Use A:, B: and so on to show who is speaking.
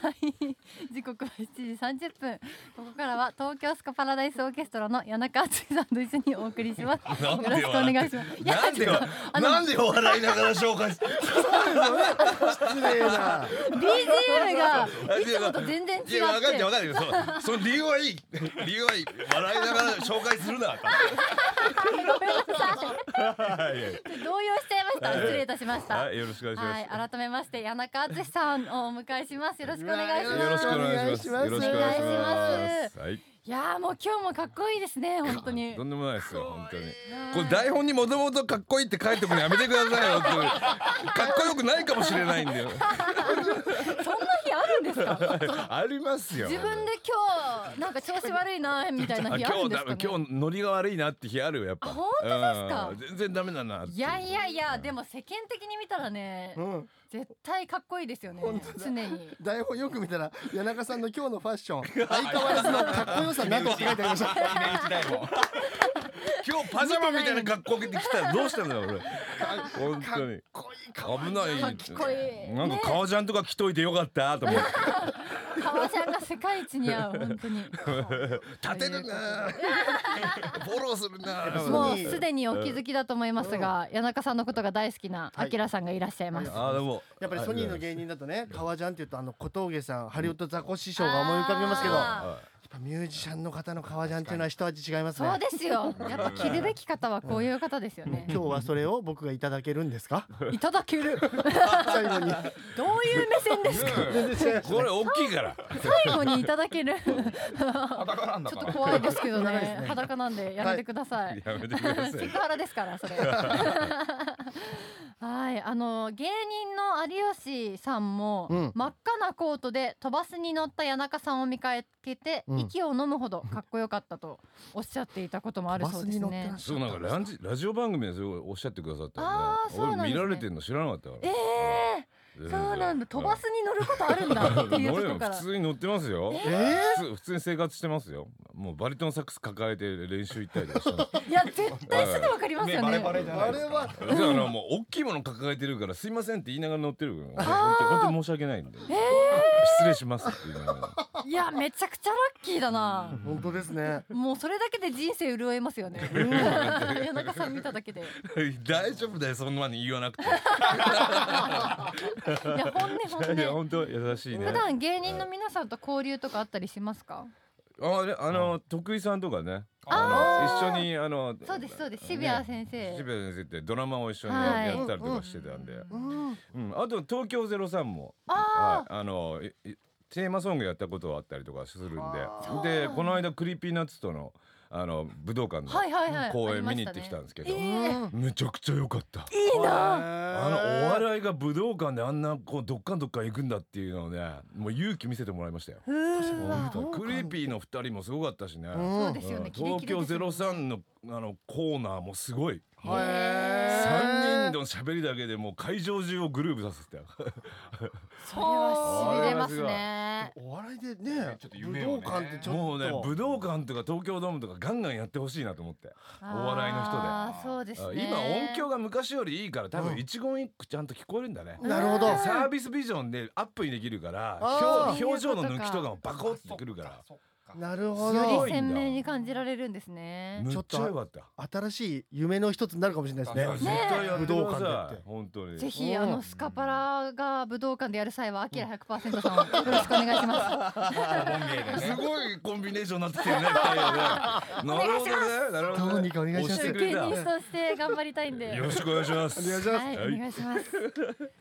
A: はい時刻は7時30分ここからは東京スカパラダイスオーケストラの谷中敦さんと一緒にお送りしますよ
B: なんで
A: ろしくお願いしますいや
B: なんで
A: ちょっ
B: よ
A: とあの
B: なんで笑いながら紹介し
C: 失礼な
A: BGM がいつもと全然違っ
B: いや分かってて分かってるそうその理由はいい理由はいい笑いながら紹介 するなはいはい
A: 動揺しちゃいました失礼いたしました
B: はいよろしくお願いします、
A: はい、改めまして谷中敦さんをお迎えします。よろしくお願いします。
B: よろしくお願いします。
C: よ
B: よ
C: ろ
B: ろ
C: し
B: し
C: く
B: くお
C: お願
B: 願
C: い
B: い
C: し
B: し
A: ま
B: ますす。はい。
A: いやーもう今日もかっこいいですね、本当に
B: と。んでもないですよ、本当に。
A: い
B: これ台本にもともとかっこいいって書いておくのやめてくださいよ。本当にかっこよくないかもしれないんだよ。
A: そんな日あるんですか。
B: ありますよ
A: 自分で今日なんか調子悪いなみたいな
B: あ
A: 日
B: 今
A: あるん
B: 日
A: です
B: だ
A: かね。
B: 今日ノリが悪いなって日あるよやっぱ。
A: あ本当ですか
B: うん全然ダメだなって。
A: いやいやいや、でも世間的に見たらね、
C: うん
A: 絶対かっこいいですよね
C: 本当。だ
A: 常に。
C: 台本よく見たら谷中さんの今日のファッショ ン相変わらずのかっこよさなど書いてありました
B: イメージ 台本。今日パジャマみたいな格好で来たらどうしたんだろう俺。本当に。
C: かっこいい顔
B: 危ない。
A: かっこいい
B: なんか革ジャンとか着といてよかったと思って。
A: 革ちゃんが世界一似合う、本当に。
B: 立てるな。フォローするな。
A: もうすでにお気づきだと思いますが、谷中さんのことが大好きな
C: はい
A: あきらさんがいらっしゃいます。
B: あでも
C: やっぱりソニーの芸人だとね革ジャンって言うとあの小峠さんハリウッドザコシショウが思い浮かびますけどやっ
A: あー
C: ぱミュージシャンの方の革ジャンっていうのは一味違います
A: そう
C: ね
A: です よ。やっぱ着るべき方はこういう方ですよね。
C: 今日はそれを僕がいただけるんですか
A: いただける。
C: 最後に
A: どういう目線ですか。
C: 全然違います
B: これ大きいから。
A: 最後 にいただける。ち
B: 裸なんだ
A: ょっと怖いですけど
C: 裸です
A: ね
C: ね。
A: 裸なんでやめてください。
B: やめてくださ い。
A: セクハラですから それ。はい、あの芸人の有吉さんも、
C: うん
A: 真っ赤なコートで飛ばすに乗った谷中さんを見かけて、
C: うん
A: 息を飲むほどかっこよかったとおっしゃっていたこともあるそうです
C: バスに乗って
A: ね
C: らっ。し
B: そうなんかランジラジオ番組ですごいおっしゃってくださったよね。
A: あーそうなんですね
B: 俺見られてるの知らなかったから
A: え。えー、そうなんだ。飛ばすに乗ることあるんだっていうところから
B: 普。通に乗ってますよ。
C: えー
B: 普通普通に生活してますよ。もうバリトンサックス抱えて練習行ったりとかしたんです。
A: いや絶対すぐわかりますよね。
B: じ
C: あれは
B: だからもう大きいもの抱えてるからすいませんって言いながら乗ってるから
A: あ
B: 本
A: ー
B: 当に本当に申し訳ないんで失礼しますって言いながら
A: いやめちゃくちゃラッキーだな。
C: 本当ですね
A: もうそれだけで人生潤えますよね。 谷中さん見ただけで。い
B: 大丈夫だよそんなに言わなくて
A: や本音
B: いや
A: 本音。
B: 本当優しいね
A: 普段芸人の皆さんと交流とかあったりしますか。
B: あれあの徳井さんとかね
A: あー
B: の一緒にあの
A: そうですそうです渋谷先生
B: ね渋谷先生ってドラマを一緒に
A: はい
B: やったりとかしてたんで、
C: うん
B: うん、あと東京ゼロさんも
A: あ
B: はい、あのいいテーマソングやったことはあったりとかするん
C: あ
A: ー
B: ででこの間クリーピーナッツとのあの武道館
A: あはい
B: の
A: はいはい。
B: 公
A: あり
B: 演
A: ま
B: 見
A: し
B: に行
A: たね
B: ってきたんですけど、
A: えー
B: めちゃくちゃ良かった。
A: いいな。
B: あのお
C: あ
B: 笑いが武道館であんなこうどっかんどっかん行くんだっていうのをねもう勇気見せてもらいましたよ。
A: うーわ。
B: 本当クリーピーの二人もすごかったしね。
A: そうですよ
B: う
A: ね。
B: ん
A: キレ
B: 東
A: キレ
B: 京
A: です
B: ゼ
A: よね
B: ロ三のあのコーナーもすごい。
A: へ
B: 三人
C: の
B: の喋りだけでもう会場中をグルーブさせてたよ。
A: それはしびれます
B: あ
A: ね。
C: お笑いでね
D: ちょっ
C: 武
D: と夢
C: 道
D: をね
C: 館ってち
B: も
C: ょ
B: う
C: っ
B: ね
C: と
B: 武道館とか東京ドームとかガンガンやってほしいなと思って。
A: お
B: 笑いの人で
A: そうです
B: あ
A: ね。
B: 今音響
A: が
B: が昔よりいいから多
C: う
B: 分
C: ん
B: 一言一句ちゃんと聞こえるんだね。
C: なるほど
A: うん
B: サービスビジョンでアップにできるから
C: あー
B: 表表情の抜きとかもバコ
D: こ
B: ってくるから。
C: なるほ
A: よ
C: ど
A: り鮮明に感じられるんですね。
B: むっちゃよかった。
C: 新しい夢の一つになるかもしれないで
B: いや絶
C: すね
B: 対やって
C: 武
B: くだ
C: 道館
B: さ
C: でって
B: い。本当に。
A: ぜひ
C: うん
A: あのスカパラが武道館でやる際はアキラ100%さんをよろしくお願いします。
B: すごいコンビネーションになってきてるね。二人でねなるほどね。なるほどね。
C: どうにかお願いしま す
B: 押してくれ
A: 芸
B: た
A: 人として頑張りたいんで。
B: よろしくお願いします。
C: お願いします
A: はい、お願いします。